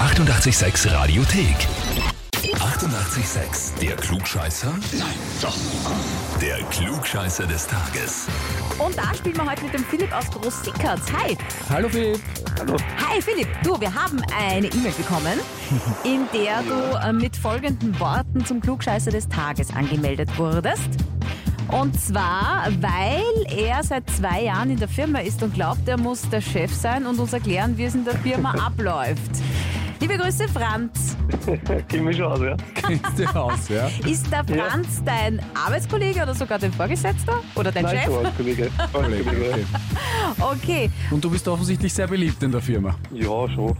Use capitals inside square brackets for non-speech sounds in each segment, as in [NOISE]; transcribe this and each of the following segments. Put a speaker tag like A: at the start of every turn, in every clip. A: 886 Radiothek. 88,6. Der Klugscheißer? Nein, doch. Der Klugscheißer des Tages.
B: Und da spielen wir heute mit dem Philipp aus Großsickertz. Hi.
C: Hallo Philipp.
B: Hi Philipp. Du, wir haben eine E-Mail
C: [LAUGHS]
B: bekommen, in der du äh, mit folgenden Worten zum Klugscheißer des Tages angemeldet wurdest. Und zwar, weil er seit zwei Jahren in der Firma ist und glaubt, er muss der Chef sein und uns erklären, wie es in der Firma
C: [LAUGHS]
B: abläuft. Liebe Grüße, Franz.
D: Kenn mich schon aus, ja.
C: Kennst du aus, ja?
B: Ist der Franz dein Arbeitskollege oder sogar dein Vorgesetzter oder dein
D: Nein,
B: Chef?
D: schon als Kollege.
C: Kollege, okay.
B: Okay.
C: Und du bist offensichtlich sehr beliebt in der Firma.
D: Ja, schon.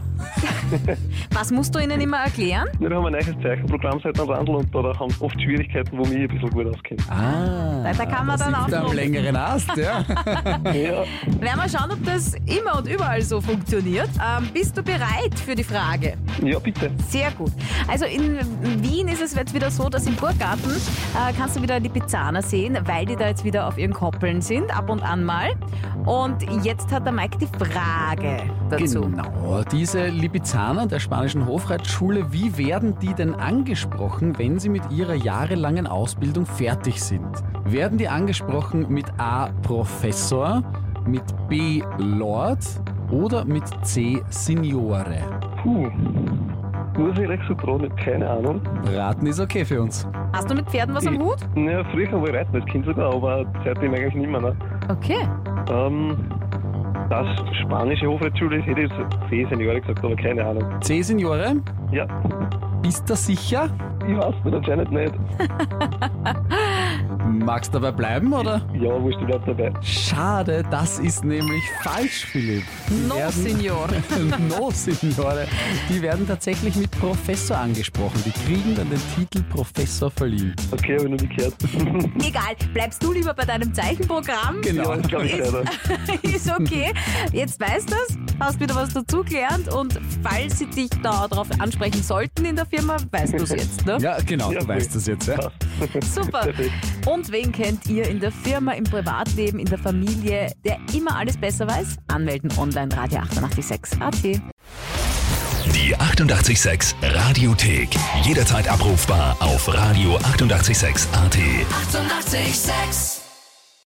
B: Was musst du ihnen immer erklären?
D: Wir haben ein neues Zeichenprogramm seit dem Wandel und da haben sie oft Schwierigkeiten, wo ich mich ein bisschen gut auskenne.
C: Ah.
B: Da- da kann man dann auch
C: am
B: noch-
C: längeren Ast, ja?
D: Ja,
B: Werden wir schauen, ob das immer und überall so funktioniert. Ähm, bist du bereit für die Frage?
D: ja bitte.
B: Sehr gut. Also in Wien ist es jetzt wieder so, dass im Burggarten äh, kannst du wieder die Pizzaner sehen, weil die da jetzt wieder auf ihren Koppeln sind, ab und an mal. Und jetzt hat der Mike die Frage dazu.
C: Genau. Diese Lipizzaner der spanischen Hofreitschule, wie werden die denn angesprochen, wenn sie mit ihrer jahrelangen Ausbildung fertig sind? Werden die angesprochen mit A Professor, mit B Lord oder mit C Signore?
D: Puh. Muss ich recht so dran, nicht, keine Ahnung.
C: Raten ist okay für uns.
B: Hast du mit Pferden was am Hut?
D: Naja, früher habe ich reiten als Kind sogar, aber seitdem eigentlich nicht mehr. Ne?
B: Okay.
D: Ähm, das spanische Hofreitschule ist, hätte ich jetzt 10 Seniore gesagt, aber keine Ahnung.
C: C Signore,
D: Ja,
C: bist du sicher?
D: ich weiß nicht, anscheinend nicht.
C: Magst dabei bleiben oder?
D: Ja, wurscht, ich bleib dabei.
C: Schade, das ist nämlich falsch, Philipp. Die
B: No,
C: werden-
B: Signor.
C: [LAUGHS] no, Signore. Die werden tatsächlich mit Professor angesprochen. Die kriegen dann den Titel Professor verliehen.
D: Okay, habe ich noch nie gehört.
B: Egal, bleibst du lieber bei deinem Zeichenprogramm?
D: ja, das glaube ich leider.
B: [LAUGHS] ist okay. Jetzt weißt du es, hast wieder was dazugelernt und falls sie dich da drauf ansprechen sollten in der Firma, weißt du es jetzt. Ne?
C: Ja, genau,
D: Ja,
C: du weißt
D: cool.
C: das jetzt. Ja?
D: Passt.
B: Super. Und wen kennt ihr in der Firma, im Privatleben, in der Familie, der immer alles besser weiß? Anmelden online Radio 886 AT.
A: Die 88,6 Radiothek. Jederzeit abrufbar auf radio886.at. 88,6.
E: Eighty-eight, sex.